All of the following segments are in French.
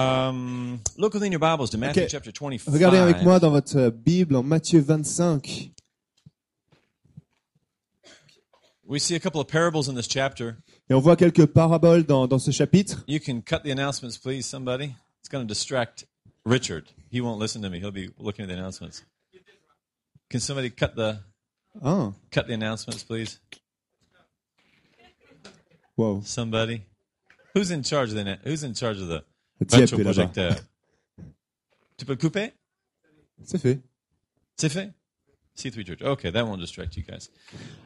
Um, look within your Bibles to Matthew Ok. chapter 25. Regardez avec moi dans votre euh, Bible en Matthieu 25. We see a couple of parables in this chapter. Et on voit quelques paraboles dans, dans ce chapitre. You can cut the announcements, please, somebody. It's going to distract Richard. He won't listen to me. He'll be looking at the announcements. Can somebody cut the Ah, cut the announcements, please? wow. Somebody. Who's in charge of the annou- who's in charge of the Dieppe virtual est là-bas. projecteur? tu peux le couper? C'est fait. C'est fait? C3 Church. Okay, that won't distract you guys.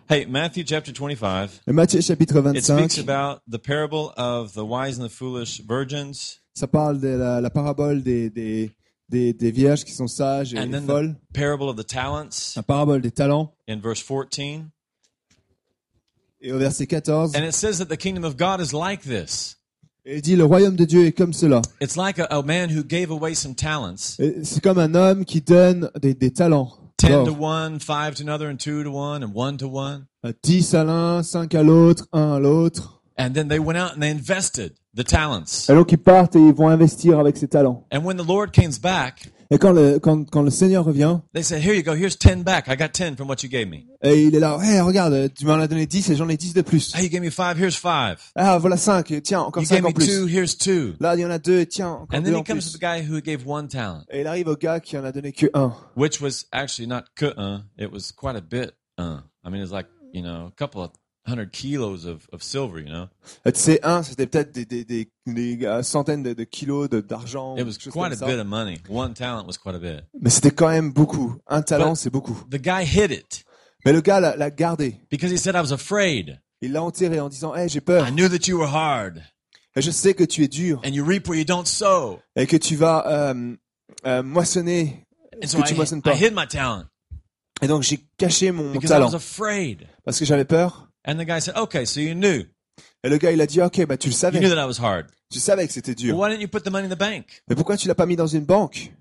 Hey, Matthew chapter 25. Et Matthieu chapitre It speaks 25, about the parable of the wise and the foolish virgins. ça parle de la, la parabole des, des, des, des vierges qui sont sages et And then folles. the parable of the talents La parabole des talents. in verse 14. Et au verset 14, And it says that the kingdom of God is like this. et il dit, le royaume de Dieu est comme cela. It's like a, a man who gave away some talents. Et C'est comme un homme qui donne des, des talents. 10 to Or, 1, 5 to another, and 2 to 1, and 1 to 1. euh, 10 à l'un, 5 à l'autre, 1 à l'autre. And then they went out and they invested the talents. Et donc ils partent et ils vont investir avec ces talents. And when the Lord comes back, Et quand le, quand, quand le Seigneur revient, they said, Here you go, here's 10 back. I got 10 from what you gave me. Et il est là, hey, regarde, tu m'en as donné 10 et j'en ai 10 de plus. Hey, you gave me 5, here's 5. Ah, voilà 5, tiens, encore You Ah, gave 5 me en 2, plus. here's 2. Là, il y en a 2, tiens, encore And then 2 he en comes to the plus. guy who gave one talent, Et il arrive au gars qui en a donné que 1. which was actually not que uh, it was quite a bit. Uh. I mean, it's like, you know, a couple of hundred kilos of, of silver, you know. Euh, Tu sais, 1, c'était peut-être des, des, des, des, euh, centaines de, de kilos de- d'argent. It ou was quelque chose quite comme a ça. bit of money. One talent was quite a bit. Mais c'était quand même beaucoup. Un talent, But- c'est beaucoup. The guy hid it Mais le gars l'a l'a gardé. because he said, I was afraid. Il l'a enterré en disant, hey, j'ai I peur. knew that you were hard Et je sais que tu es dur and you reap where you don't sow. et que tu vas euh, euh, moissonner And ce so que tu moissonnes I, I pas. hid my talent Et donc, j'ai caché mon because I talent was afraid. parce que j'avais peur. And the guy said, Okay, so you knew. Et le gars, il a dit, ok, bah, tu le You knew savais. that I was hard. Tu savais que c'était dur. Well, why didn't you put the money in the bank? Mais pourquoi tu l'as pas mis dans une banque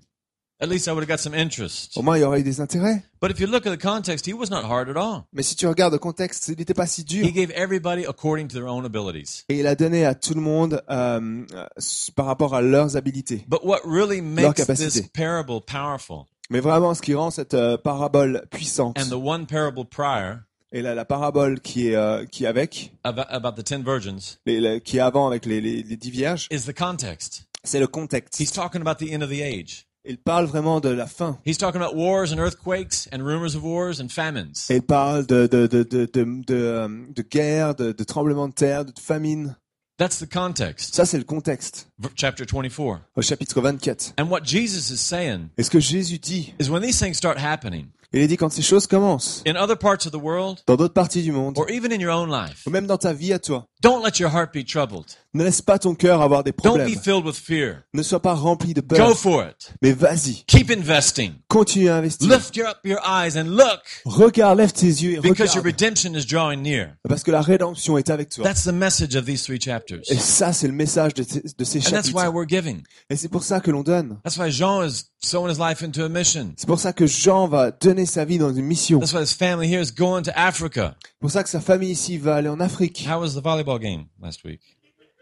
At least I would have got some interest. Au moins, il y aurait eu des intérêts. But if you look at the context, he was not hard at all. Mais si tu regardes le contexte, il n'était pas si dur. He gave everybody according to their own abilities. Et il a donné à tout le monde euh, euh, par rapport à leurs habilités. But what really makes this capacité. parable powerful Mais vraiment, ce qui rend cette euh, parabole puissante, and the one parable prior et là, la parabole qui est, euh, qui est avec, about, about the 10 virgins les- les- qui est avant avec les, les, les dix vierges, is the context. c'est le contexte. He's talking about the end of the age. Il parle vraiment de la fin. He's talking about wars and earthquakes and rumors of wars and famines. Et il parle de, de, de, de, de, de, euh, de guerre, de, de tremblement de terre, de famine. That's the context. Ça, c'est le contexte. V- Chapter 24. Au chapitre 24. And what Jesus is saying Et ce que Jésus dit, is when these things start happening il est dit quand ces choses commencent, in other parts of the world dans d'autres parties du monde, or even in your own life, ou même dans ta vie à toi. don't let your heart be troubled. Ne laisse pas ton cœur avoir des Don't be problèmes. filled with fear. Ne sois pas rempli de Go peur, for it. mais vas-y, Keep investing. continue à investir. Lift your- up your eyes and look Regarde, lève tes yeux et because your regarde, redemption is drawing near. parce que la rédemption est avec toi. That's the message of these three chapters. Et ça, c'est le message de, ces- de ces And that's why chapitres. we're giving. Et c'est pour ça que l'on donne. That's why Jean is sowing his life into a mission. C'est pour ça que Jean va donner sa vie dans une mission. That's C'est why his family here is going to Africa. pour ça que sa famille ici va aller en Afrique. How was the volleyball game last week?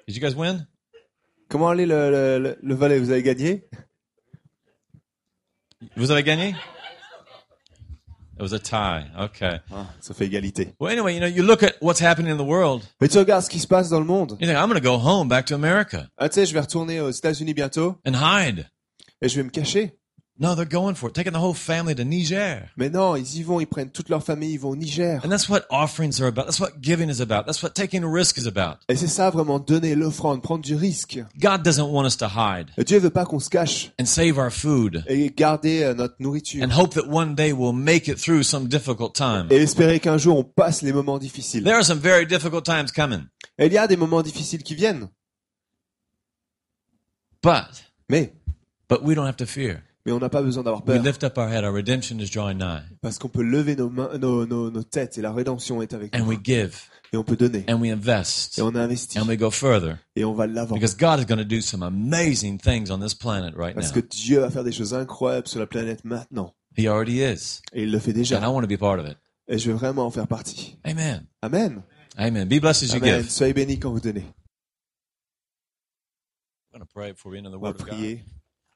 Did you guys win? Comment allait le, le, le, le volley Vous avez gagné Vous avez gagné? It was a tie. Okay. Ah, Ça fait égalité. Well, anyway, you know, you look at what's happening in the world. Mais tu regardes ce qui se passe dans le monde. You think, I'm going to go home back to America Ah, tu sais, je vais retourner aux États-Unis bientôt and hide. et je vais me cacher. No, they're going for it, taking the whole family to Niger. Mais non, ils y vont, ils prennent toute leur famille, ils vont au Niger. And that's what offerings are about. That's what giving is about. That's what taking a risk is about. Et c'est ça vraiment, donner l'offrande, prendre du risque. God doesn't want us to hide Et Dieu veut pas qu'on se cache and save our food et garder euh, notre nourriture. and hope that one day we'll make it through some difficult time. Et espérer qu'un jour on passe les moments difficiles. There are some very difficult times coming, Et il y a des moments difficiles qui viennent. but Mais, but we don't have to fear. mais on n'a pas besoin d'avoir We peur. lift up our head. Our redemption is drawing nigh, Parce qu'on peut lever nos mains, nos, nos, nos têtes et la rédemption est avec and nous. we give, Et on peut donner. and we invest, Et on investit. and we go further Et on va de l'avant. because God is going to do some amazing things on this planet right now. Parce que Dieu va faire des choses incroyables sur la planète maintenant. He already is, Et il le fait and I déjà. want to be part of it. Et je veux vraiment en faire partie. Amen. Amen. Amen. Be blessed as you Amen. give. Soyez bénis quand vous donnez. going to pray before we end on the On va Word of God. prier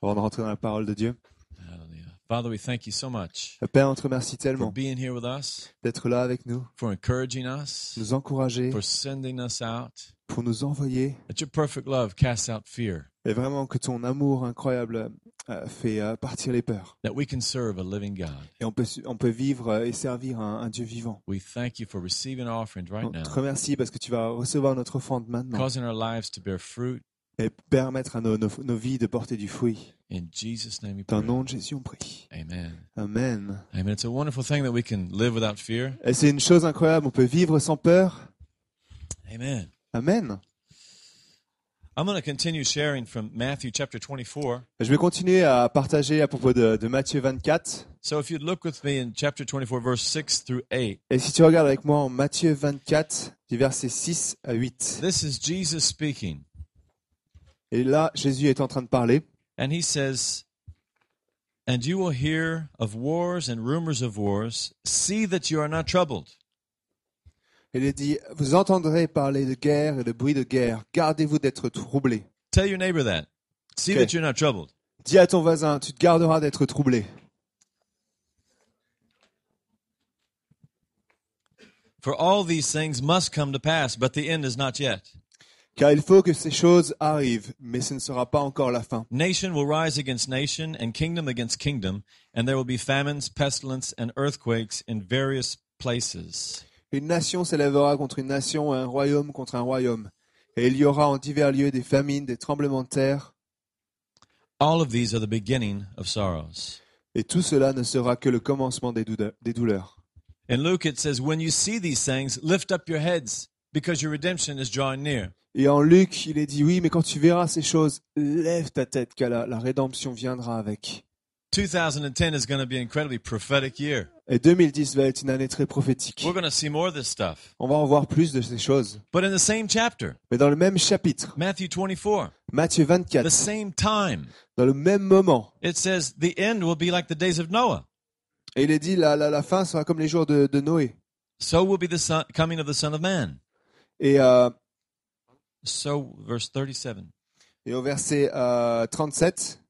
avant de rentrer dans la parole de Dieu. Hallelujah. Father, we thank you so much Père, on te remercie for tellement being here with us, d'être là avec nous, for encouraging us, nous encourager, for sending us out. pour nous envoyer. That your perfect love casts out fear, Et vraiment que ton amour incroyable euh, fait euh, partir les peurs. that we can serve a living God. Et on peut, su- on peut vivre euh, et servir un, un Dieu vivant. We thank you for receiving our offerings right On te now, remercie parce que tu vas recevoir notre offrande maintenant causing our lives to bear fruit. et permettre à nos, nos- nos vies de porter du fruit. In Jesus' name we Dans pray. le nom de Jésus, on prie. Amen. Amen. Amen. It's a wonderful thing that we can live without fear. Et c'est une chose incroyable, on peut vivre sans peur. Amen. Amen. I'm going to continue sharing from Matthew chapter 24. Je vais continuer à partager à propos de, de Matthieu 24. So if you'd look with me in chapter 24, verse 6 through 8, Et si tu regardes avec moi en Matthieu 24, du verset 6 à 8. this is Jesus speaking. Et là, Jésus est en train de parler. And he says, And you will hear of wars and rumors of wars. See that you are not troubled. Il est dit, vous entendrez parler de guerre et de bruit de guerre. Gardez-vous d'être troublés. Tell your neighbor that. See Okay. that you're not troubled. Dis à ton voisin, tu te garderas d'être troublé. For all these things must come to pass, but the end is not yet. Car il faut que ces choses arrivent, mais ce ne sera pas encore la fin. Nation will rise against nation, and kingdom against kingdom, and there will be famines, pestilence, and earthquakes in various places. Une nation s'élèvera contre une nation et un royaume contre un royaume. Et il y aura en divers lieux des famines, des tremblements de terre. All of these are the beginning of sorrows. Et tout cela ne sera que le commencement des, doudeu- des douleurs. In Luke, it says, When you see these things, lift up your heads, because your redemption is drawing near. Et en Luc, il est dit, oui, mais quand tu verras ces choses, lève ta tête, car la, la rédemption viendra avec. 2010 is going to be an incredibly prophetic year. Et 2010 va être une année très prophétique. We're going to see more of this stuff. On va en voir plus de ces choses. But in the same chapter, Mais dans le même chapitre, Matthew 24, Matthieu the 24, same time, dans le même moment, it says, The end will be like the days of Noah. et il est dit, la, la, la fin sera comme les jours de, de Noé. So will be the son, coming of the Son of Man. Et, euh, So, verse 37. et au verset euh, 37,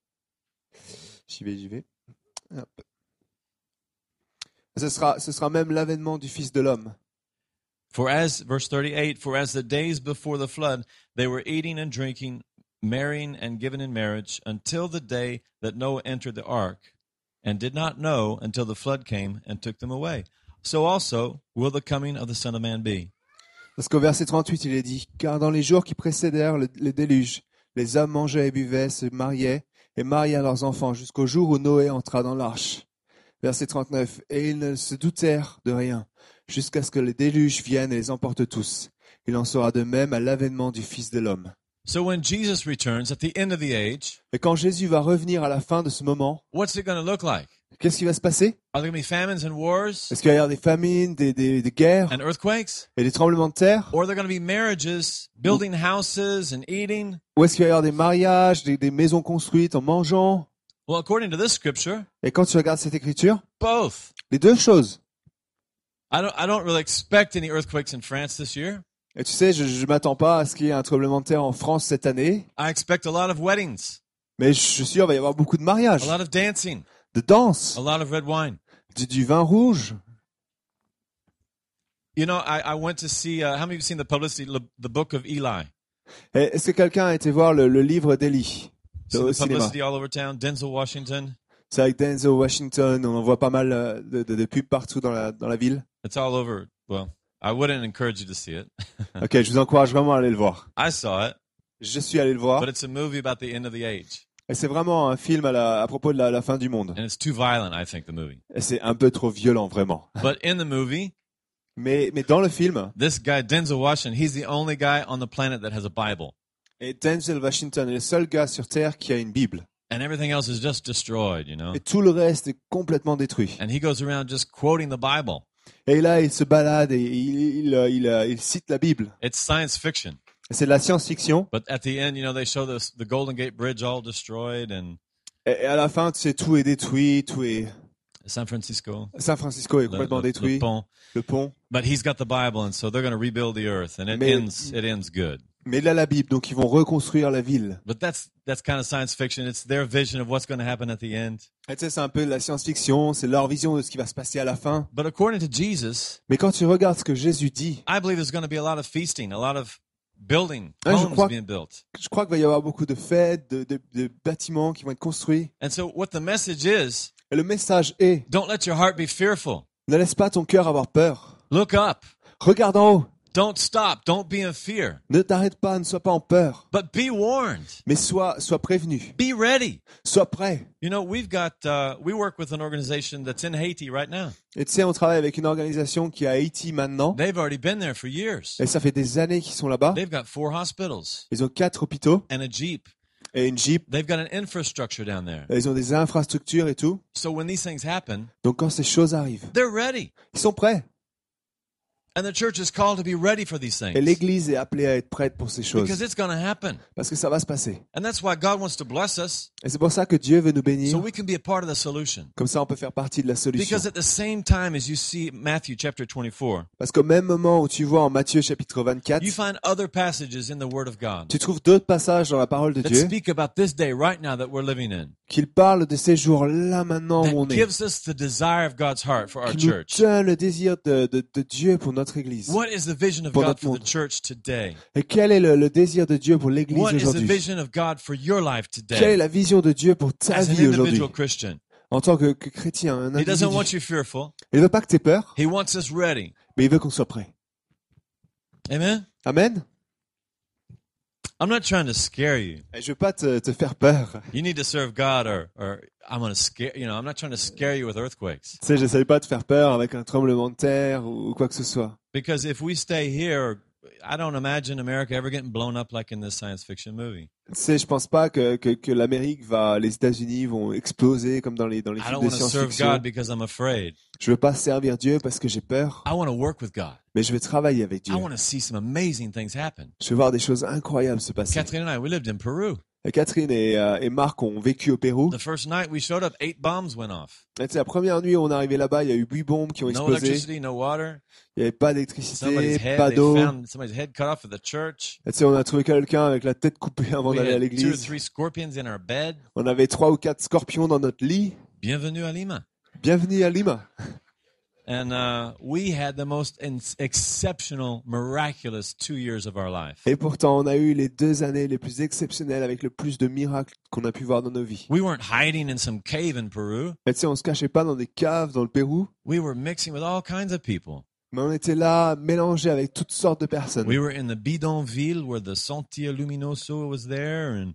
j'y vais, j'y vais. Hop. Ce sera, ce sera même l'avènement du Fils de l'homme. For as, verse 38, for as the days before the flood, they were eating and drinking, marrying and giving in marriage, until the day that Noah entered the ark, and did not know until the flood came and took them away. So also will the coming of the Son of Man be. Parce qu'au verset 38, il est dit Car dans les jours qui précédèrent le, le déluge, les hommes mangeaient et buvaient, se mariaient et marièrent leurs enfants jusqu'au jour où Noé entra dans l'arche. Verset 39 Et ils ne se doutèrent de rien, jusqu'à ce que le déluge vienne et les emporte tous. Il en sera de même à l'avènement du Fils de l'homme. So when Jesus returns at the end of the age, Et quand Jésus va revenir à la fin de ce moment, what's it going to look like? qu'est-ce qui va se passer Are there going to be famines and wars Est-ce qu'il va y avoir des famines, des, des- des guerres and earthquakes? et des tremblements de terre Or are there going to be marriages, building houses and eating? Ou est-ce qu'il va y avoir des mariages, des- des maisons construites en mangeant Well, according to this scripture, Et quand tu regardes cette écriture, both. Les deux choses. I don't, I don't really expect any earthquakes in France this year. Et tu sais, je ne m'attends pas à ce qu'il y ait un tremblement de terre en France cette année, I expect a lot of weddings, mais je suis sûr qu'il va y avoir beaucoup de mariages, a lot of dancing, de danse, a lot of red wine. du, du vin rouge. You know, I, I went to see, uh, how many of you seen the publicity, Le- the book of Eli? Et Est-ce que quelqu'un a été voir le, le livre d'Eli Seen au the cinéma publicity all over town, Denzel Washington. C'est avec Denzel Washington, on en voit pas mal euh, de, de- de pubs partout dans la, dans la ville. It's all over. Well, I wouldn't encourage you to see it. Ok, je vous encourage vraiment à aller le voir. I saw it, Je suis allé le voir. but it's a movie about the end of the age. Et c'est vraiment un film à, la- à propos de la, la fin du monde. And it's too violent, I think, the movie. Et c'est un peu trop violent, vraiment. But in the movie, Mais, mais dans le film, this guy, Denzel Washington, he's the only guy on the planet that has a Bible. et Denzel Washington est le seul gars sur Terre qui a une Bible. And everything else is just destroyed, you know? Et tout le reste est complètement détruit. And he goes around just quoting the Bible. Et là, il se balade et il, il, euh, il, euh, il cite la Bible. It's science fiction. C'est de la science-fiction. But at the end, you know, they show this, the Golden Gate Bridge all destroyed and Et, et à la fin, tu sais, tout est détruit, tout est... San Francisco. San Francisco est le- complètement le- le détruit, pont. le pont. But he's got the Bible, and so they're going to rebuild the earth, and it Mais- ends. It ends good. Mais là, la Bible, donc ils vont reconstruire la ville. But that's that's kind of science fiction. It's their vision of what's going to happen at the end. Et tu sais, c'est un peu de la science-fiction, c'est leur vision de ce qui va se passer à la fin. But according to Jesus, Mais quand tu regardes ce que Jésus dit, I believe there's going to be a lot of feasting, a lot of building, Ah, je homes crois- being built. je crois qu'il va y avoir beaucoup de fêtes, de, de- de bâtiments qui vont être construits. And so what the message is, Et le message est, don't let your heart be fearful. ne laisse pas ton cœur avoir peur. Look up. Regarde en haut, Don't stop. Don't be in fear. ne t'arrête pas, ne sois pas en peur. But be warned. Mais sois, sois prévenu, Be ready. sois prêt. You know, we've got uh, we work with an organization that's in Haiti right now. Et tu sais, on travaille avec une organisation qui est à Haïti maintenant. They've already been there for years. Et ça fait des années qu'ils sont là-bas. They've got four hospitals Ils ont quatre hôpitaux and a jeep. et une jeep. They've got an infrastructure down there. Et Ils ont des infrastructures et tout. So when these things happen, Donc quand ces choses arrivent, they're ready. ils sont prêts. And the church is called to be ready for these Et things l'Église est appelée à être prête pour ces choses. because it's going to happen. Parce que ça va se passer. And that's why God wants to bless us Et c'est pour ça que Dieu veut nous so bénir. we can be a part of the solution. Comme ça, on peut faire partie de la solution. Because at the same time as you see Matthew chapter 24, Parce qu'au même moment où tu vois en Matthieu chapitre 24, you find other passages in the Word of God tu trouves d'autres passages dans la parole de that Dieu speak about this day right now that we're living in, qu'il parle de ces jours-là maintenant où that on est. gives us the desire of God's heart for our Qui nous church. donne le désir de, de- de Dieu pour notre Église. What is the vision of Pour God notre for the monde. church today? Et quel est le, le désir de Dieu pour What l'Église is the aujourd'hui vision of God for your life Quelle est today la vision de Dieu pour ta as an vie aujourd'hui individual Christian? En tant que, que chrétien, un He doesn't individu. want you fearful. Il veut pas que tu aies peur, He wants us ready. mais il veut qu'on soit prêt. Amen. Amen I'm not trying to scare you. Et Je veux pas te, te faire peur. You need to serve God, or or I'm gonna scare you know. I'm not trying to scare you with earthquakes Tu sais, j'essaye pas de faire peur avec un tremblement de terre ou quoi que ce soit. because if we stay here, I don't imagine America ever getting blown up like in this science fiction movie. Tu sais, je pense pas que, que, que l'Amérique va, les États-Unis vont exploser comme dans les, dans les I films don't want de to serve science-fiction. God because I'm afraid. Je veux pas servir Dieu parce que j'ai peur, I want to work with God. mais je veux travailler avec Dieu. Ah. I want to see some amazing things happen. Je veux voir des choses incroyables se passer. Catherine and I, we lived in Peru. Et Catherine et, euh, et Marc ont vécu au Pérou. The first night we showed up, eight bombs went off. Et tu sais, la première nuit où on est arrivé là-bas, il y a eu huit bombes qui ont No explosé. electricity, no water. Il n'y avait pas Somebody's d'électricité, head. pas They d'eau. found somebody's head cut off at the church. Et tu sais, on a trouvé quelqu'un avec la tête coupée avant We d'aller à had two or l'église. three scorpions in our bed. On avait trois ou quatre scorpions dans notre lit. Bienvenue à Lima. Bienvenue à Lima. And uh, we had the most in- exceptional, miraculous two years of our life. Et pourtant, on a eu les deux années les plus exceptionnelles avec le plus de miracles qu'on a pu voir dans nos vies. We weren't hiding in some cave in Peru. Et tu sais, on se cachait pas dans des caves dans le Pérou, We were mixing with all kinds of people. mais on était là, mélangés avec toutes sortes de personnes. We were in the bidonville where the Sentier Luminoso was there. And,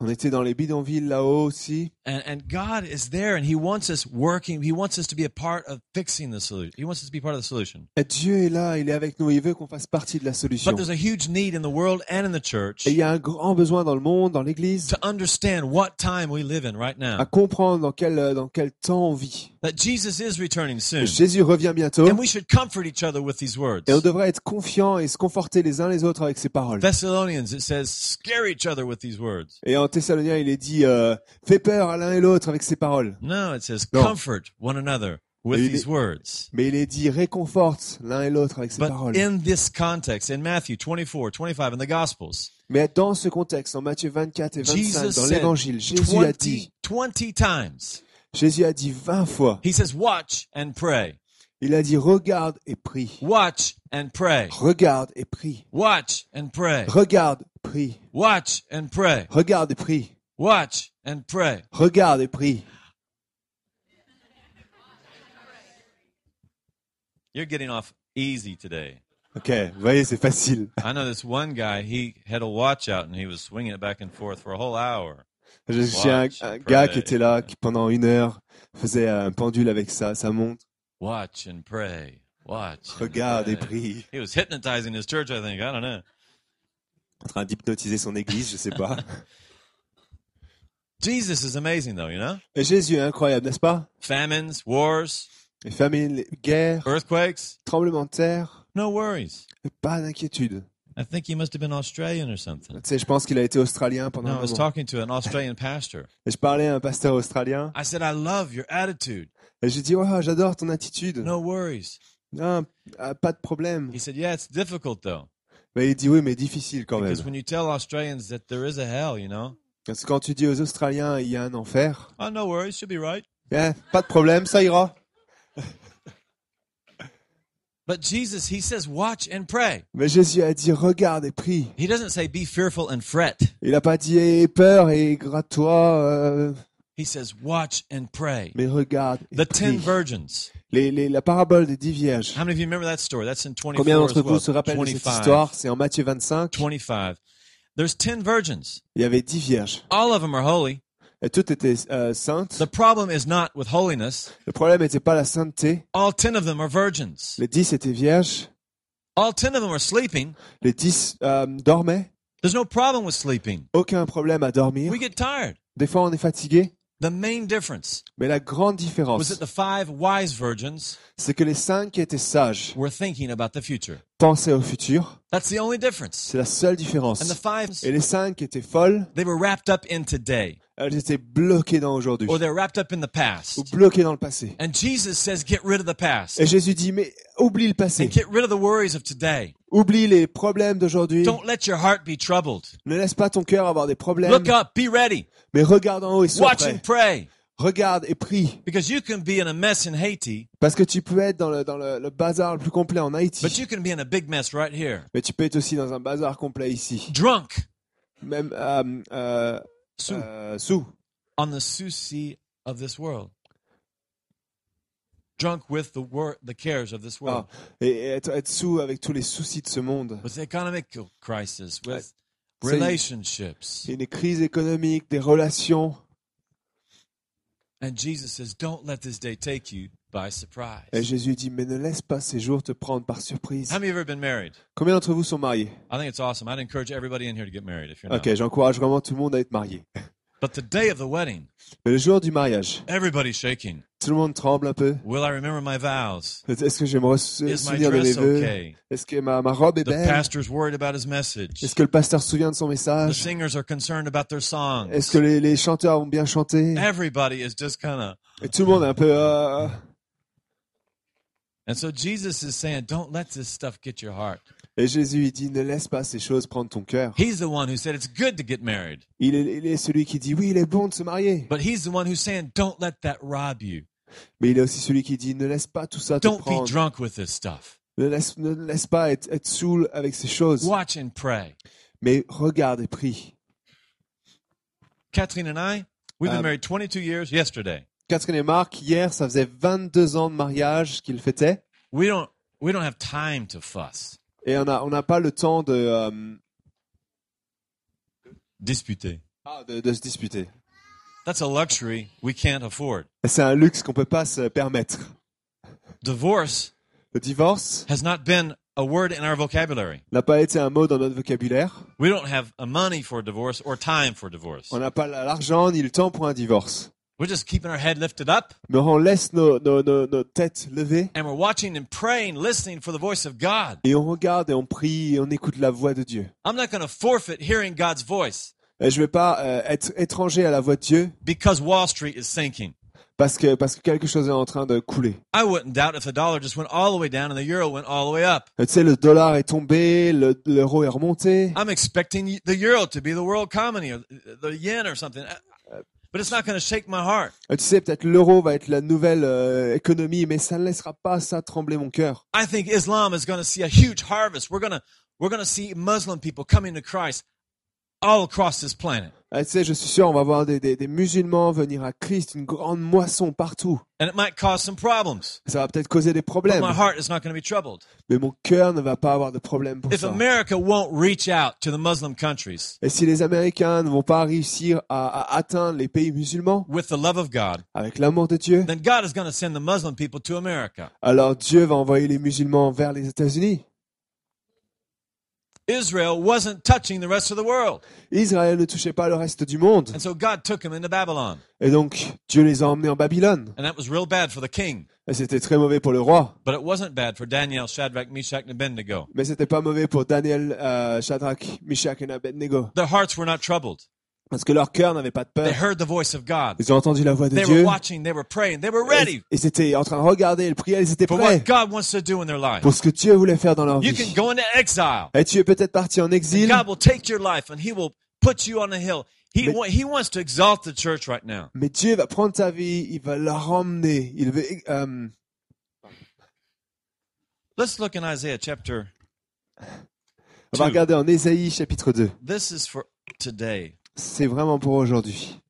On était dans les bidonvilles là-haut aussi. and, and God is there and He wants us working. He wants us to be a part of fixing the solution. He wants us to be part of the solution. Et Dieu est là, il est avec nous, il veut qu'on fasse partie de la solution. But there's a huge need in the world and in the church Et il y a un grand besoin dans le monde, dans l'Église, to understand what time we live in right à now. comprendre dans quel, euh, dans quel temps on vit. That Jesus is returning soon. Jésus revient bientôt And we should comfort each other with these words. et on devrait être confiant et se conforter les uns les autres avec ces paroles. Thessalonians, it says, scare each other with these words. Et en Thessalonien, il est dit euh, fais peur à l'un et l'autre avec ces paroles. No, it says, No. comfort one another with Et il these est- words. Mais il est dit réconforte l'un et l'autre avec ces But paroles. in this context, in Matthew 24, 25, in the Gospels, Mais dans ce contexte, en Matthieu 24 et 25, Jesus dans said l'Évangile, Jésus a 20, dit, 20 times, Jésus a dit 20 fois, he says, watch and pray. il a dit regarde et prie, Watch and pray. regarde et prie, Watch and pray. regarde, prie, Watch and pray. regarde et prie, Watch and pray. regarde et prie. You're getting off easy today. Ok, vous voyez, c'est facile. I know this one guy, he had a watch out and he was swinging it back and forth for a whole hour. Je- J'ai un, Watch, un pray. gars qui était là, qui pendant une heure faisait euh, un pendule avec ça, ça monte, Watch and pray. Watch. and regarde et pray. prie. He was hypnotizing his church, I think. I don't know. En train d'hypnotiser son église, je sais pas. Jesus is amazing, though, you know? Et Jésus est incroyable, n'est-ce pas Famines, wars, Les famines, les guerres, earthquakes, tremblements de terre, no worries. pas d'inquiétude. I think he must have been Australian or something. Tu sais, je pense qu'il a été australien pendant No, un I was moment. talking to an Australian pastor. Et je parlais à un pasteur australien I said, I love your attitude. et j'ai dit ouais, j'adore ton attitude. No worries. Ah, ah, pas de problème. He said, Yeah, it's difficult, though. Mais il dit oui, mais difficile quand même. Because when you tell Australians that there is a hell, you know, Parce que quand tu dis aux Australiens, il y a un enfer, oh, no worries, you'll be right. eh, pas de problème, ça ira. But Jesus, he says, watch and pray. Mais Jésus a dit, regarde et prie. He doesn't say, be fearful and fret. Il n'a pas dit, aie peur et gratte-toi, euh, He says, watch and pray. mais regarde et The ten prie. virgins. Les- les- la parabole des dix vierges. How many of you remember that story? That's in 24 Combien d'entre as well. vous se rappellent de cette histoire C'est en Matthieu 25. 25. There's 10 virgins. Il y avait dix vierges. All of them are holy. Et toutes étaient euh, saintes. The problem is not with holiness. Le problème n'était pas la sainteté. All 10 of them are virgins. Les dix étaient vierges. All 10 of them are sleeping. Les dix euh, dormaient. There's no problem with sleeping. Aucun problème à dormir. We get tired. Des fois, on est fatigué. The main difference Mais la grande was that différence, the five wise virgins c'est que les cinq qui étaient sages were thinking about the future. pensaient au futur. That's the only difference. C'est la seule And the différence. five, Et les cinq qui étaient folles, they were wrapped up in today, elles étaient bloquées dans aujourd'hui. or they're wrapped up in the Ou past. bloquées dans le passé. And Jesus says, get rid of the past Et Jésus dit, mais oublie le passé. and get rid of the worries of today. Oublie les problèmes d'aujourd'hui. Don't let your heart be troubled. Ne laisse pas ton cœur avoir des problèmes. Look up, be ready, Mais regarde en haut et sois watch prêt. and pray. Regarde et prie. Because you can be in a mess in Haiti, Parce que tu peux être dans le, dans le, le bazar le plus complet en but Haïti. you can be in a big mess right here. Mais tu peux être aussi dans un bazar complet ici. Drunk Même euh, euh, sous, euh, sous. on the souci of this world. Drunk with the wor- the cares of this world. Ah, et, et être, être sous avec tous les soucis de ce monde. With the economic crisis, with c'est- relationships. Il y a des crises économiques, des relations. And Jesus says, don't let this day take you by surprise. Et Jésus dit, mais ne laisse pas ces jours te prendre par surprise. How many of you have been married? Combien d'entre vous sont mariés I think it's awesome. I'd encourage everybody in here to get married if you're not. Ok, j'encourage vraiment tout le monde à être marié. But the day of the wedding, Mais le jour du mariage, everybody's shaking. tout le monde tremble un peu. Will I remember my vows? Est-ce que je vais me re- Is my souvenir de mes dress vœux okay? Est-ce que ma, ma robe est The belle pastor's worried about his message. Est-ce que le pasteur se souvient de son The message singers are concerned about their Est-ce songs. que les, les chanteurs ont bien chanté Everybody is just kind of. Et tout le monde est un peu... euh, And so Jesus is saying, don't let this stuff get your heart. Et Jésus, il dit, ne laisse pas ces choses prendre ton cœur. He's the one who said it's good to get married, Il est, il est celui qui dit, oui, il est bon de se marier. but he's the one who's saying, don't let that rob you. Mais il est aussi celui qui dit, ne laisse pas tout ça te Don't be prendre. drunk with this stuff. Ne laisse, ne laisse pas être, être saoul avec ces choses. Watch and pray. Mais regarde et prie. Catherine and I, we've been Um, married 22 years yesterday. Catherine et Marc, hier, ça faisait 22 ans de mariage qu'ils fêtaient. We don't we don't have time to fuss. Et on n'a on n'a pas le temps de, euh, Disputer. ah, de, de se disputer. That's a luxury we can't afford. C'est un luxe qu'on peut pas se permettre. Divorce Le divorce has not been a word in our vocabulary. n'a pas été un mot dans notre vocabulaire. We don't have a money for divorce or time for divorce. On n'a pas l'argent ni le temps pour un divorce. We're just keeping our head lifted up Mais on laisse nos, nos, nos, nos têtes levées and we're watching and praying, listening for the voice of God. et on regarde et on prie et on écoute la voix de Dieu. I'm not going to forfeit hearing God's voice Et je vais pas euh, être étranger à la voix de Dieu because Wall Street is sinking. parce que, parce que quelque chose est en train de couler. I wouldn't doubt if the dollar just went all the way down and the euro went all the way up. Euh, Tu sais, le dollar est tombé, le- l'euro est remonté. I'm expecting the euro to be the world comedy or the yen or something. But it's not going to shake my heart. Euh, Tu sais, peut-être l'euro va être la nouvelle euh, économie, mais ça ne laissera pas ça trembler mon cœur. I think Islam is going to see a huge harvest. We're going to we're going to see Muslim people coming to Christ all across this planet. Euh, tu sais, je suis sûr, on va voir des, des, des musulmans venir à Christ, une grande moisson partout. And it might cause some problems. Ça va peut-être causer des But problèmes, my heart is not going to be troubled. mais mon cœur ne va pas avoir de problème pour If ça. America won't reach out to the Muslim countries Et si les Américains ne vont pas réussir à, à atteindre les pays musulmans with the love of God, avec l'amour de Dieu, then God is going to send the Muslim people to America. alors Dieu va envoyer les musulmans vers les États-Unis. Israel wasn't touching the rest of the world. Israël ne touchait pas le reste du monde, And so God took them into Babylon. et donc Dieu les a emmenés en Babylone. And that was real bad for the king. Et c'était très mauvais pour le roi, But it wasn't bad for Daniel, Shadrach, Meshach, and Abednego. mais c'était pas mauvais pour Daniel, euh, Shadrach, Meshach et Abednego. Their hearts were not troubled. Parce que leur cœur n'avait pas de They peur. heard the voice of God. Ils ont entendu la voix de They were Dieu. watching, they were praying, they were Et ready Ils étaient en train de regarder, ils priaient, ils étaient for what prêts God wants to do in their life. pour ce que Dieu voulait faire dans leur You can vie. go into exile. Et tu es peut-être parti en And exil, God will take your life and He will put you on a hill. He, Mais- wa- he wants to exalt the church right now. mais Dieu va prendre ta vie, il va la ramener. Il veut, euh, Let's look in Isaiah chapter. on va Two. regarder en Ésaïe chapitre 2. This is for today. C'est vraiment pour aujourd'hui.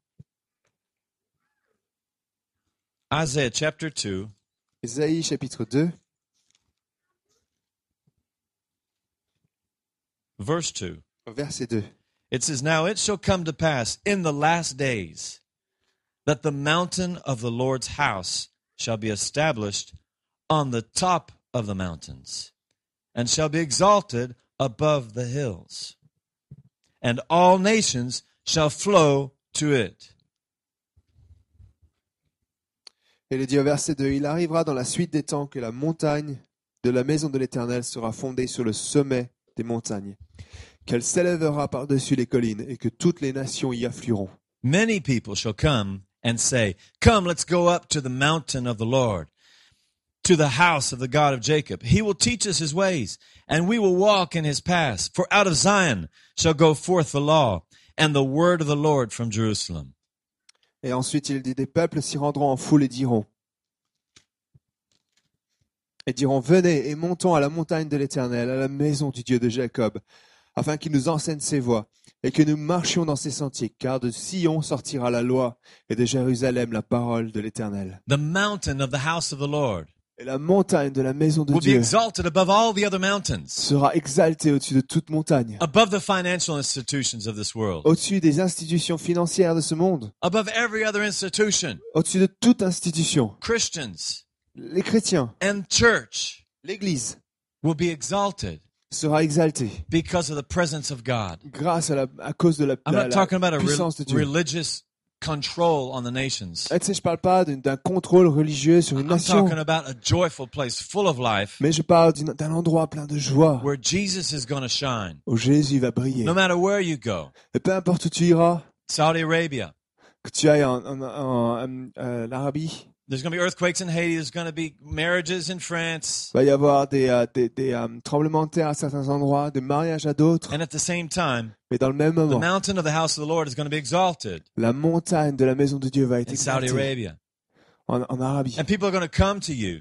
Isaiah chapter 2, Ésaïe chapitre 2, verse 2. verset 2. It says, Now it shall come to pass in the last days that the mountain of the Lord's house shall be established on the top of the mountains and shall be exalted above the hills. And all nations shall flow to it. Et il est dit au verset 2, Il arrivera dans la suite des temps que la montagne de la maison de l'Éternel sera fondée sur le sommet des montagnes, qu'elle s'élèvera par-dessus les collines et que toutes les nations y afflueront. Many people shall come and say, Come, let's go up to the mountain of the Lord, to the house of the God of Jacob. He will teach us his ways, and we will walk in his paths. For out of Zion shall go forth the law and the word of the Lord from Jerusalem. Et ensuite il dit, des peuples s'y rendront en foule et diront, et diront, venez et montons à la montagne de l'Éternel, à la maison du Dieu de Jacob, afin qu'il nous enseigne ses voies, et que nous marchions dans ses sentiers, car de Sion sortira la loi, et de Jérusalem la parole de l'Éternel. The mountain of the house of the Lord Et la montagne de la maison de will be Dieu exalted above all the other mountains, sera exalté au-dessus de toute montagne, above the financial institutions of this world, au-dessus des institutions financières de ce monde, above every other institution, au-dessus de toute institution. Christians Les chrétiens, and church l'Église will be exalted sera exaltée because of the presence of God. grâce à, la, à cause de la, I'm la- not la talking about a rel- puissance de Dieu. religious control on the nations. Et tu sais, je parle pas d'une- d'un contrôle religieux sur une I'm nation, talking about a joyful place full of life mais je parle d'une- d'un endroit plein de joie where Jesus is going to shine où Jésus va briller. no matter where you go. Et peu importe où tu iras, Saudi Arabia, que tu ailles en, en- en- en- euh, l'Arabie, there's going to be earthquakes in Haiti, there's going to be marriages in France. il va y avoir des, euh, des- des, euh, tremblements de terre à certains endroits, des mariages à d'autres, And at the same time, mais dans le même the moment, mountain of the house of the Lord is going to be exalted la montagne de la maison de Dieu va être in Saudi exaltée Arabia. en, en Arabie. And people are going to come to you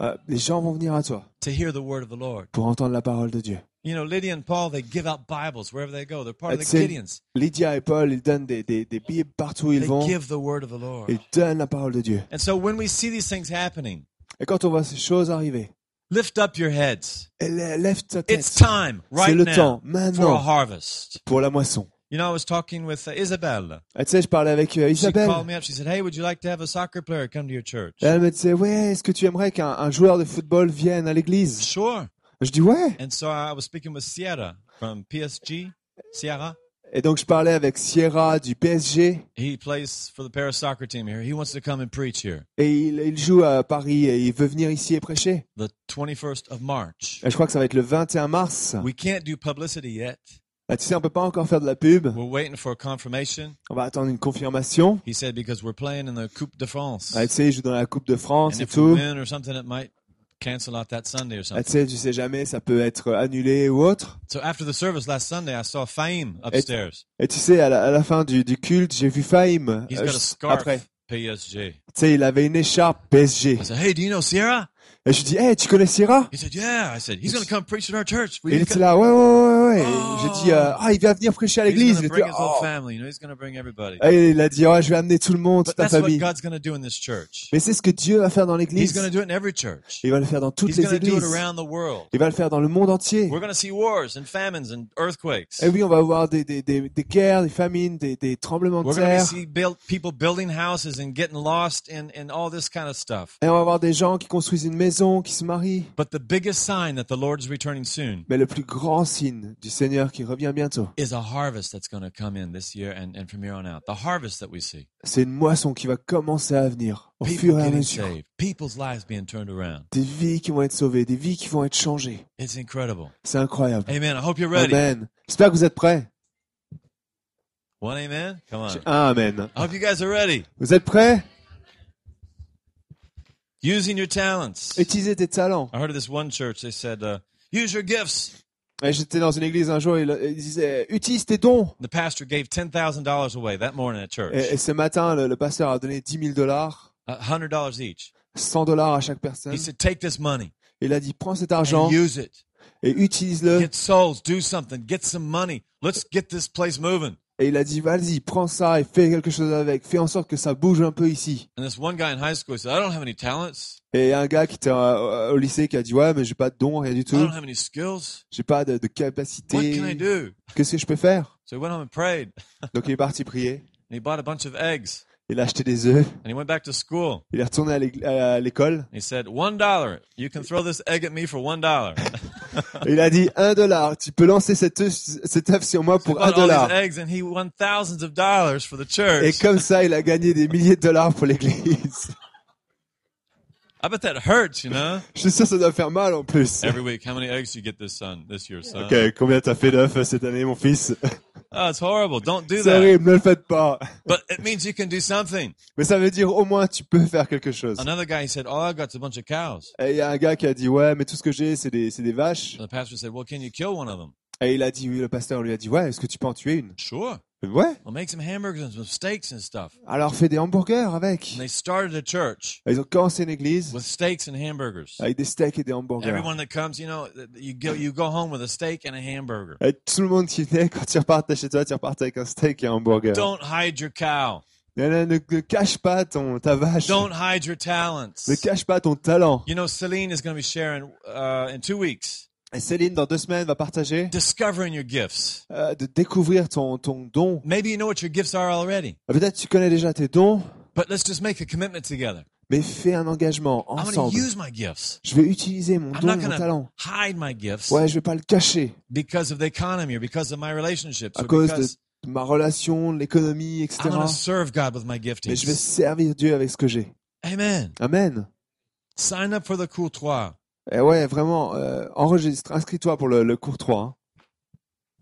Euh, les gens vont venir à toi to hear the word of the Lord. pour entendre la parole de Dieu. You know, Lydia and Paul, they give out Bibles wherever they go. They're part of the That's it. Gideons. Lydia et Paul, ils donnent des, des, des billets partout où ils They vont. give the word of the Lord. Ils donnent la parole de Dieu. And so when we see these things happening, Et quand on voit ces choses arriver, lift up your heads. lè- lève ta tête. It's time C'est right le now temps, for a maintenant, harvest. pour la moisson. You know, I was talking with uh, Isabel. Et tu sais, je parlais avec euh, She Isabelle. called me up. She said, "Hey, would you like to have a soccer player come to your church?" Et elle me disait, ouais, est-ce que tu aimerais qu'un un joueur de football vienne à l'église Sure. Je dis, ouais. And so I was speaking with Sierra from PSG. Sierra, Et donc, je parlais avec Sierra du PSG. he plays for the Paris soccer team here. He wants to come and preach here Et il, il joue à Paris et il veut venir ici et prêcher. the 21st of March. Et je crois que ça va être le 21 mars. We can't do publicity yet. Ah, tu sais, on peut pas encore faire de la pub. We're waiting for a confirmation. On va attendre une confirmation. He said because we're playing in the Coupe de France. Ah, tu sais, il joue dans la Coupe de France And et if we tout. win or something, it might cancel out that Sunday or Ah, something. tu sais, tu sais jamais, ça peut être annulé ou autre. So after the service last Sunday, I saw Fame upstairs. Et tu sais, à la, à la fin du, du culte, j'ai vu Fahim. He's euh, got a juste scarf. après, tu PSG. sais, il avait une écharpe PSG. I said, "Hey, do you know Sierra?" Et je dis, hey, tu connais Sierra He said, "Yeah." I said, "He's going to come preach at our church." We Et il need était to là, ouais, ouais, ouais, ouais. Et Oh. J'ai dit, euh, ah, il va venir prêcher à come- He's l'église. going to J'étais, bring his whole oh. family. You know, he's going to bring everybody. Et il a dit, ouais, je vais amener tout le monde, But ta that's what famille. God's going to do in this church. Mais c'est ce que Dieu va faire dans He's l'église. going to do it in every church. Il va le faire dans toutes He's going les to do it églises. around the world. Il va le faire dans le monde entier. We're going to see wars and famines and earthquakes. Et oui, on va avoir des, des, des, des guerres, des famines, des, des tremblements de We're going to terre. see build, people building houses and getting lost and, and all this kind of stuff. Et on va avoir des gens qui construisent une maison, qui se marient. But the biggest sign that the Lord is returning soon Mais le plus grand signe du Seigneur qui revient bientôt, is a harvest that's going to come in this year and, and from here on out. The harvest that we see. c'est une moisson qui va commencer à venir au People fur et à getting mesure. saved. People's lives being turned around. Des vies qui vont être sauvées, des vies qui vont être changées. It's incredible. C'est incroyable. Amen. I hope you're ready. Amen. J'espère que vous êtes prêts. One amen? Come on. Ah, Amen. I hope you guys are ready. Vous êtes prêts Using your talents. Utilisez tes talents. I heard of this one church, they said, uh, use your gifts. Et J'étais dans une église un jour, il, il disait utilise tes dons. The pastor gave $10,000 away that morning at Et, church, et ce matin, le, le pasteur a donné 10 000 dollars, A $100 each. 100 dollars à chaque personne. He said, take this money Il a dit prends cet and argent use it. et utilise-le. Get souls, do something, get some money. Let's get this place moving. Et il a dit vas-y, prends ça et fais quelque chose avec. Fais en sorte que ça bouge un peu ici. And this one guy in high school he said, I don't have any talents. Et un gars qui était euh, au lycée qui a dit ouais mais j'ai pas de dons, rien du I tout. don't have any skills. J'ai pas de, de What can I capacité. do? Qu'est-ce que je peux faire So he went home and prayed. And Donc il est parti prier. he bought a bunch of eggs. Il a acheté des œufs. And he went back to school. Il est retourné à l'ég- à l'école. He said, One dollar. You can throw this egg at me for one dollar. Et Il a dit un dollar. Tu peux lancer cet œuf, cet œuf sur moi He pour un bought all dollar. these eggs and he won thousands of dollars for the Et church. comme ça, il a gagné des milliers de dollars pour l'église. I bet that hurts, you know? Je suis sûr que ça doit faire mal en plus. Every week, how many eggs do you get this son this year, son? Ok, combien t'as fait d'œufs euh, cette année, mon fils Oh, it's horrible. Don't do C'est that. horrible, ne le faites pas. But it means you can do something. Mais ça veut dire au moins tu peux faire quelque chose. Another guy he said, All I've got's a bunch of cows. Et il y a un gars qui a dit ouais, mais tout ce que j'ai, c'est des, c'est des vaches. And the pastor said, Well, can you kill one of them? Et il a dit oui, le pasteur lui a dit ouais, est-ce que tu peux en tuer une Euh, Sure. Ouais. Well, make some hamburgers and some steaks and stuff. Alors fais des hamburgers avec. And they started a church Ils ont commencé une église with steaks and hamburgers. avec des steaks et des hamburgers. Everyone that comes, you know, you go you go home with a steak and a hamburger. Et tout le monde qui venait, quand tu repartais chez toi, tu repartais avec un steak et un hamburger. Don't hide your cow. Ne, ne- ne- ne cache pas ton, ta vache. Don't hide your Ne talents. cache pas ton talent. You know, Celine is going to be sharing uh, in two weeks, Et Céline, dans deux semaines, va partager discovering your gifts. euh, de découvrir ton, ton don. Maybe you know what your gifts are already, Ah, Peut-être tu connais déjà tes dons, but let's just make a commitment together. mais fais un engagement I'm going ensemble. to use my gifts. Je vais utiliser mon I'm don, not mon gonna- talent. Hide my gifts Ouais, je vais pas le cacher because of the economy or because of my relationships à or cause de because ma relation, l'économie, etc. I'm going to serve God with my Mais je vais giftings. servir Dieu avec ce que j'ai. Amen. Amen. Sign up for the courtois. Et Eh ouais, vraiment, euh, enregistre, inscris-toi pour le, le cours 3. hein.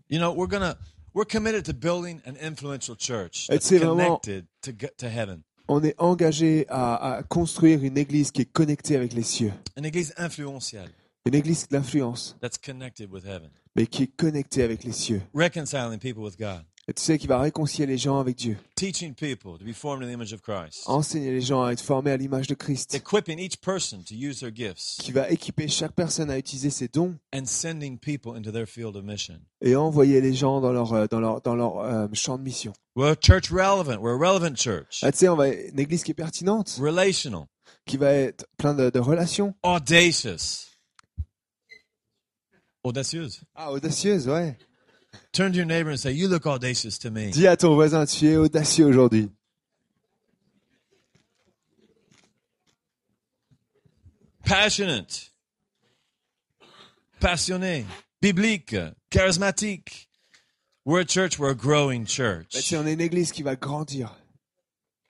You know, we're gonna we're committed to building an influential church Et that's c'est vraiment- connected to g- to heaven, On est engagé à, à construire une église qui est connectée avec les cieux. an église influentielle Une église d'influence, that's connected with heaven, mais qui est connectée avec les cieux. reconciling people with God, Et tu sais, qui va réconcilier les gens avec Dieu. teaching people to be formed in the image of Christ, enseigner les gens à être formés à l'image de Christ, equipping each person to use their gifts, qui va équiper chaque personne à utiliser ses dons and sending people into their field of mission. et envoyer les gens dans leur, euh, dans leur, dans leur euh, champ de mission. We're a church relevant. We're a relevant church, Ah, tu sais, on va une église qui est pertinente, relational, qui va être plein de, de relations. audacious, audacieuse. Ah, audacieuse, ouais. Turn to your neighbor and say, "You look audacious to me." Dis à ton voisin, tu es audacieux aujourd'hui. Bah, passionate, passionné, biblique, charismatique. We're a church, we're a growing Mais tu church. sais, on est une église qui va grandir.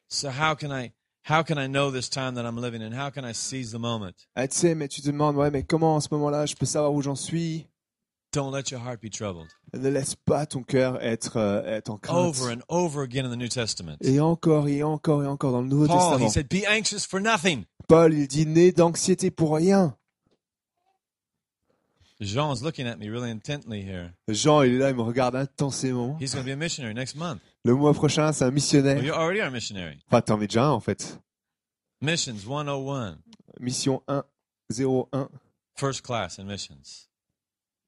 So how can I how can I know this time that I'm living in? How can I seize the moment? Ah, tu sais, mais tu te demandes, ouais, mais comment en ce moment-là je peux savoir où j'en suis Don't let your heart be troubled. Ne laisse pas ton cœur être, euh, être en crainte. Over and over again in the New Testament. Et encore, et encore, et encore dans le Nouveau Paul, he Testament. said, be anxious for nothing. Paul, il dit, né d'anxiété pour rien. Jean's looking at me really intently here. Jean, il est là, il me regarde intensément. He's going to be a missionary next month. Le mois prochain, c'est un Well, missionnaire. you already are a missionary. Enfin, t'en es déjà un, en fait. Missions 101, Mission 1, 01. first class in missions.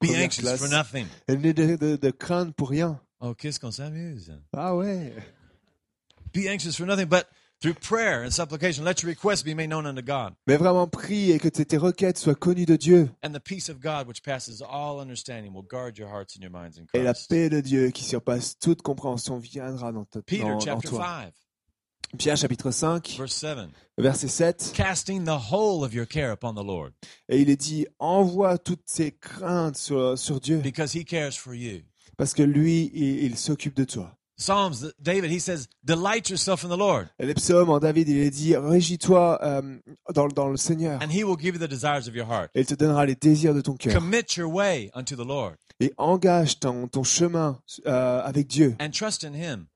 Be Première anxious for classe. nothing. Elle n'est de, de, de craindre pour rien. Oh, qu'est-ce qu'on s'amuse. Ah ouais. Be anxious for nothing, but through prayer and supplication, let your requests be made known unto God. Mais vraiment, prie et que tes tes requêtes soient connues de Dieu. And the peace of God, which passes all understanding, will guard your hearts and your minds in Et la Christ. paix de Dieu qui surpasse toute compréhension viendra dans, ta, Peter dans, dans chapter toi. 5, Pierre chapitre 5, verse 7. verset 7. Casting the whole of your care upon the Lord, Et il est dit, envoie toutes tes craintes sur, sur Dieu, because he cares for you. parce que lui, il, il s'occupe de toi. Psalms, David, he says, delight yourself in the Lord, Et les psaumes, en David, il est dit, régis-toi euh, dans, dans le Seigneur. and he will give you the desires of your heart. Et il te donnera les désirs de ton cœur. Commit your way unto the Lord, et engage ton, ton chemin euh, avec Dieu and trust in him,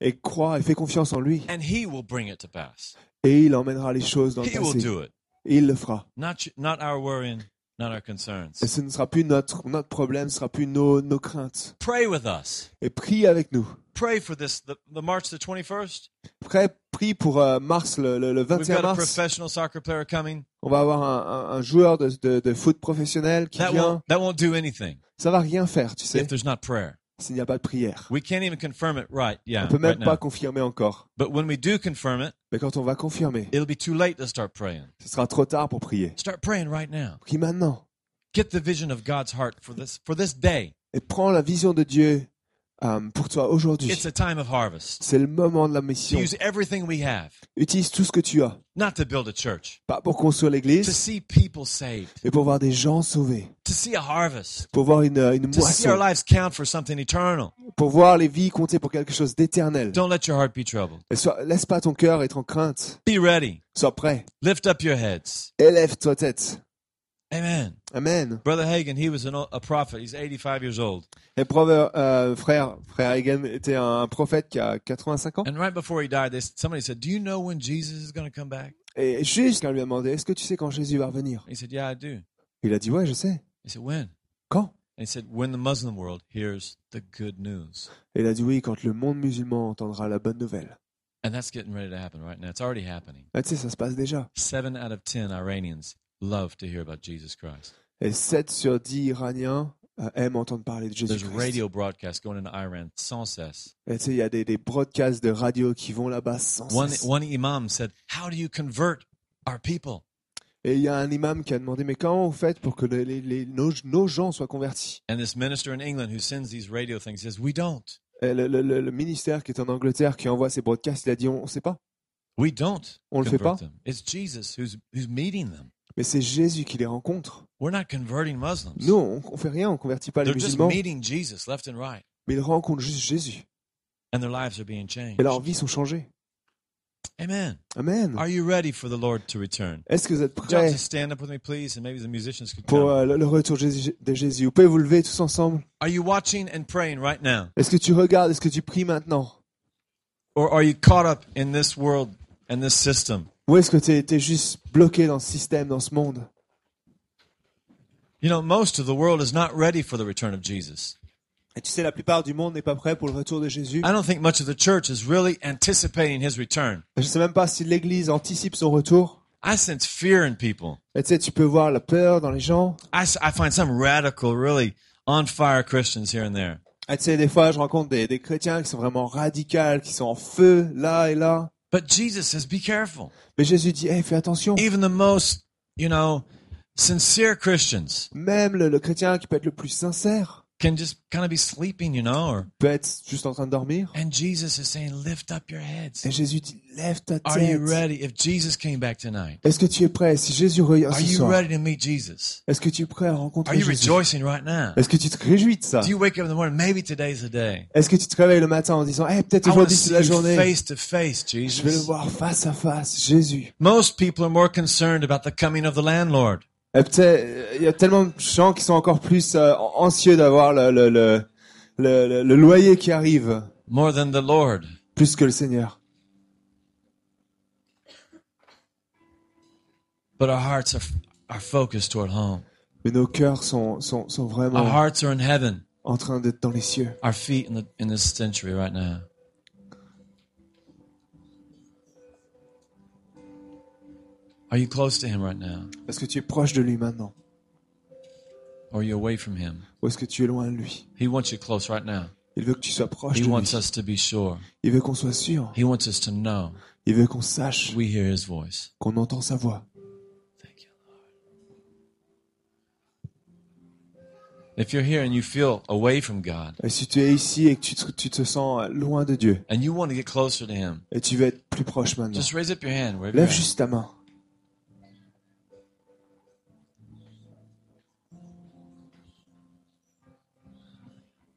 et croit et fait confiance en lui. and He will bring it to pass. Et il emmènera les choses dans le He will passé. do it. Et il le fera. Not, you- not our worrying, not our concerns. Et ce ne sera plus notre, notre problème, ce ne sera plus nos, nos craintes. Pray with us. Et prie avec nous. Pray for this, the, the March the 21st. Prêt, prie pour euh, mars, le, le- le We've 21 got a mars. professional soccer player coming. On va avoir un, un- un joueur de, de- de foot professionnel qui That vient. won't, that won't do anything Ça va rien faire, tu sais, if there's not prayer. s'il n'y a pas de prière. We can't even confirm it right. Yeah, On peut right même pas now. confirmer encore. But when we do confirm it, Mais quand on va confirmer, it'll be too late to start praying. ce sera trop tard pour prier. Start praying right now. Prie maintenant. Get the vision of God's heart for this for this day. Et prends la vision de Dieu euh, pour toi aujourd'hui. It's a time of harvest. C'est le moment de la To mission. use everything we have, Utilise tout ce que tu as. not to build a church, Pas pour construire to l'église, see people saved, mais pour voir des gens sauvés. to see a harvest, Pour voir une, une to see our moisson. lives count for something eternal. Pour voir les vies compter pour quelque chose d'éternel. Don't let your heart be troubled. Et sois- laisse pas ton cœur être en crainte. Be ready. Sois prêt. Lift up your heads. Élève ta tête. Amen. Amen. Brother Hagen, he was an, o- a prophet. He's 85 years old. Et prover- euh, frère, frère Hagen était un, un prophète qui a 85 ans. And right before he died, they, somebody said, Do you know when Jesus is going to come back? Et juste quand on lui a demandé, est-ce que tu sais quand Jésus va revenir He said, Yeah, I do. Il a dit, ouais, je sais. He said, When? Quand And he said, When the Muslim world hears the good news. Et il a dit, oui, quand le monde musulman entendra la bonne nouvelle. And that's getting ready to happen right now. It's already happening. Ah, tu sais, ça se passe déjà. Seven out of 10 Iranians love to hear about Jesus Christ. Et 7 sur 10 Iraniens euh, aiment entendre parler de There's Jésus-Christ. radio broadcasts going into Iran sans cesse. Et tu sais, il y a des, des broadcasts de radio qui vont là-bas sans One, cesse. one imam said, How do you convert our people? Et il y a un imam qui a demandé, mais comment vous faites pour que les- les- les- nos, nos gens soient convertis And this minister in England who sends these radio things says, We don't. Et le, le- le- le ministère qui est en Angleterre, qui envoie ces broadcasts, il a dit, on ne sait pas. We don't On le fait convert pas. them. It's Jesus who's, who's meeting them. Mais c'est Jésus qui les rencontre. We're not converting Muslims. Nous, on ne fait rien, on ne convertit pas les They're just musulmans, meeting Jesus left and right, mais ils rencontrent juste Jésus. and their lives are being changed. Et leurs vies sont changées. Amen. Amen. Are you ready for the Lord to return? Est-ce que vous êtes John, prêts just stand up with me, please, and maybe the musicians could pour come. euh, le, le retour de Jésus- de Jésus Vous pouvez vous lever tous ensemble Are you watching and praying right now? Est-ce que tu regardes Est-ce que tu pries maintenant Or are you caught up in this world and this system? Ou est-ce que tu es, juste bloqué dans ce système, dans ce monde You know, most of the world is not ready for the return of Jesus. Et tu sais, la plupart du monde n'est pas prêt pour le retour de Jésus. I don't think much of the church is really anticipating his return. Je ne sais même pas si l'Église anticipe son retour. I sense fear in people. Et tu sais, tu peux voir la peur dans les gens. I, s- I find some radical, really on fire Christians here and there. Et tu sais, des fois, je rencontre des, des chrétiens qui sont vraiment radicaux, qui sont en feu, là et là. But Jesus says, be careful. Mais Jésus dit, hey, fais attention. Even the most, you know, sincere Christians Même le, le chrétien qui peut être le plus sincère can just kind of be sleeping, you know, or, peut être juste en train de dormir. and Jesus is saying, lift up your heads. Et Jésus dit, lève ta Are you tête. ready? If Jesus came back tonight, Est-ce que tu es prêt si Jésus revient ah, are ce you soir ready to meet Jesus? Est-ce que tu es prêt à Are rencontrer you Jésus rejoicing right now? Est-ce que tu te réjouis de ça Do you wake up in the morning? Maybe today's the day. Est-ce que tu te réveilles le matin en disant, eh, peut-être I want to aujourd'hui c'est see la you journée. face to face, Je vais le Jesus. voir face à face, Jésus. Most people are more concerned about the coming of the landlord. Et peut-être, euh, il y a tellement de gens qui sont encore plus euh, anxieux d'avoir le, le, le, le, le- le loyer qui arrive, more than the Lord. plus que le Seigneur. But our hearts are, are focused toward home. Mais nos cœurs sont, sont, sont Our vraiment hearts are in heaven, en train d'être dans les cieux. our feet in, the, in this century right now. Are you close to Him right now? Est-ce que tu es proche de lui maintenant Or are you away from Him? Ou est-ce que tu es loin de lui He wants you close right now. Il veut que tu sois proche He de wants lui. us to be sure. Il veut qu'on soit sûr. He wants us to know Il veut qu'on sache, we hear His voice. qu'on entend sa voix. Thank you, Lord. If you're here and you feel away from God Et si tu es ici et que tu te, tu te sens loin de Dieu and you want to get closer to Him, et tu veux être plus proche maintenant, just raise up your hand wherever you're lève at. juste ta main.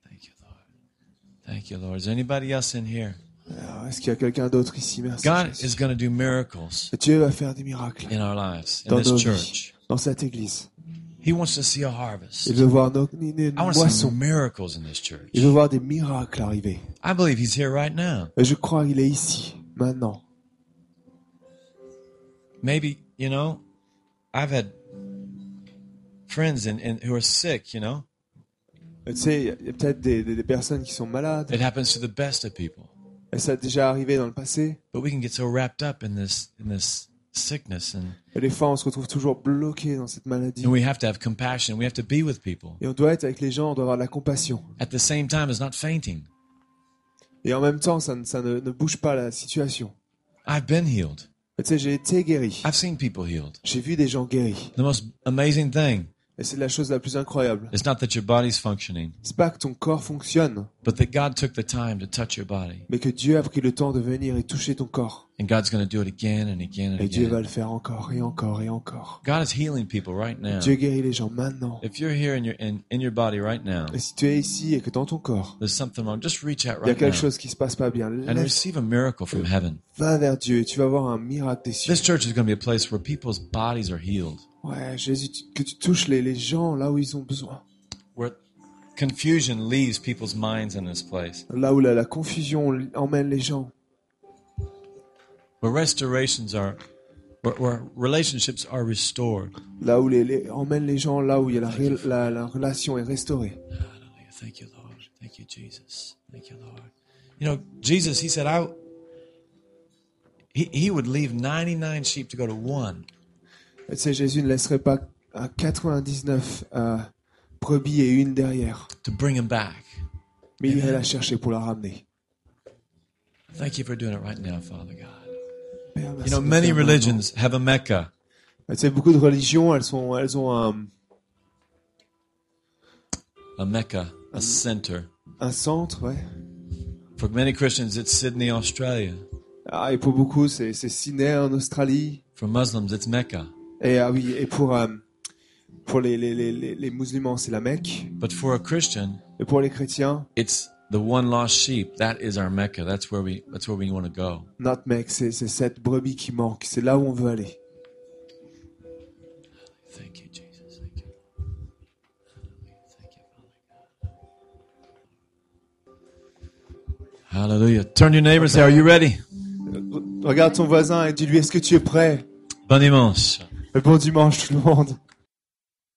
Thank you, Lord. Thank you, Lord. Is there anybody else in here? Alors, Est-ce qu'il y a quelqu'un d'autre ici Merci. God Jésus. is going to do miracles Dieu va faire des miracles in our lives, in dans nos this vies, church. dans cette église. He wants to see a harvest. Il veut voir nos- une, une I want to see moisson. some miracles in this church. Il veut voir des miracles arriver. I believe he's here right now. Et je crois qu'il est ici, maintenant. Maybe, you know, I've had friends in, in, who are sick, you know. Tu sais, il y a- il y a peut-être des, des- des personnes qui sont malades. It happens to the best of people. Et ça a déjà arrivé dans le passé. But we can get so wrapped up in this in this sickness and, Et des fois, on se retrouve toujours bloqué dans cette maladie. and we have to have compassion. We have to be with people. Et on doit être avec les gens, on doit avoir de la compassion. At the same time as not fainting. Et en même temps, ça, ne- ça ne, ne bouge pas la situation. I've been healed. Et Tu sais, j'ai été guéri. I've seen people healed. J'ai vu des gens guéris. The most amazing thing Et c'est la chose la plus incroyable. is not that your body's functioning, C'est pas que ton corps fonctionne, but that God took the time to touch your body. mais que Dieu a pris le temps de venir et toucher ton corps. And God's going to do it again and again and Et Dieu va again. le faire encore et encore et encore. God is healing people right now. Dieu guérit les gens maintenant. If you're here in your in, in your body right now, Et si tu es ici et que dans ton corps, there's something wrong. Just reach out il y a right quelque now chose qui se passe pas bien, and lève, receive a miracle from heaven. va vers Dieu et tu vas voir un miracle des cieux. This church is going to be a place where people's bodies are healed, Ouais, Jésus, tu- que tu touches les, les gens là où ils ont besoin. where confusion leaves people's minds in this place, Là où la, la confusion emmène les gens. where restorations are, where, where relationships are restored. Là où les, les- emmène les gens là où il y a la, ré- la- la relation est restaurée. Hallelujah. Thank you, Lord. Thank you, Jesus. Thank you, Lord. You know, Jesus, he said, I. He, he would leave 99 sheep to go to one. Et tu sais, Jésus ne laisserait pas un 99 euh, brebis et une derrière. to bring him back. Mais il irait la chercher pour la ramener. Thank you for doing it right now, Father God. Père, merci You know, de le many faire maintenant. religions have a Mecca. Tu sais, beaucoup de religions, elles, sont, elles ont un, A Mecca, a center. un centre, ouais. For many Christians, it's Sydney, Australia. Ah, et pour beaucoup, c'est c'est Sydney en Australie. For Muslims, it's Mecca. Et ah oui, et pour, euh, pour les, les, les, les, les musulmans, c'est la Mecque. But for a Christian, Et pour les chrétiens, it's the one lost sheep. That is our Mecca. That's where we that's where we want to go. notre Mecque, c'est c'est cette brebis qui manque. C'est là où on veut aller. Thank you, Jesus. Thank you. Thank you, Father God. Hallelujah. Turn to your neighbors there. Are you ready? Regarde ton voisin et dis-lui, est-ce que tu es prêt Bon dimanche. Bon dimanche tout le monde.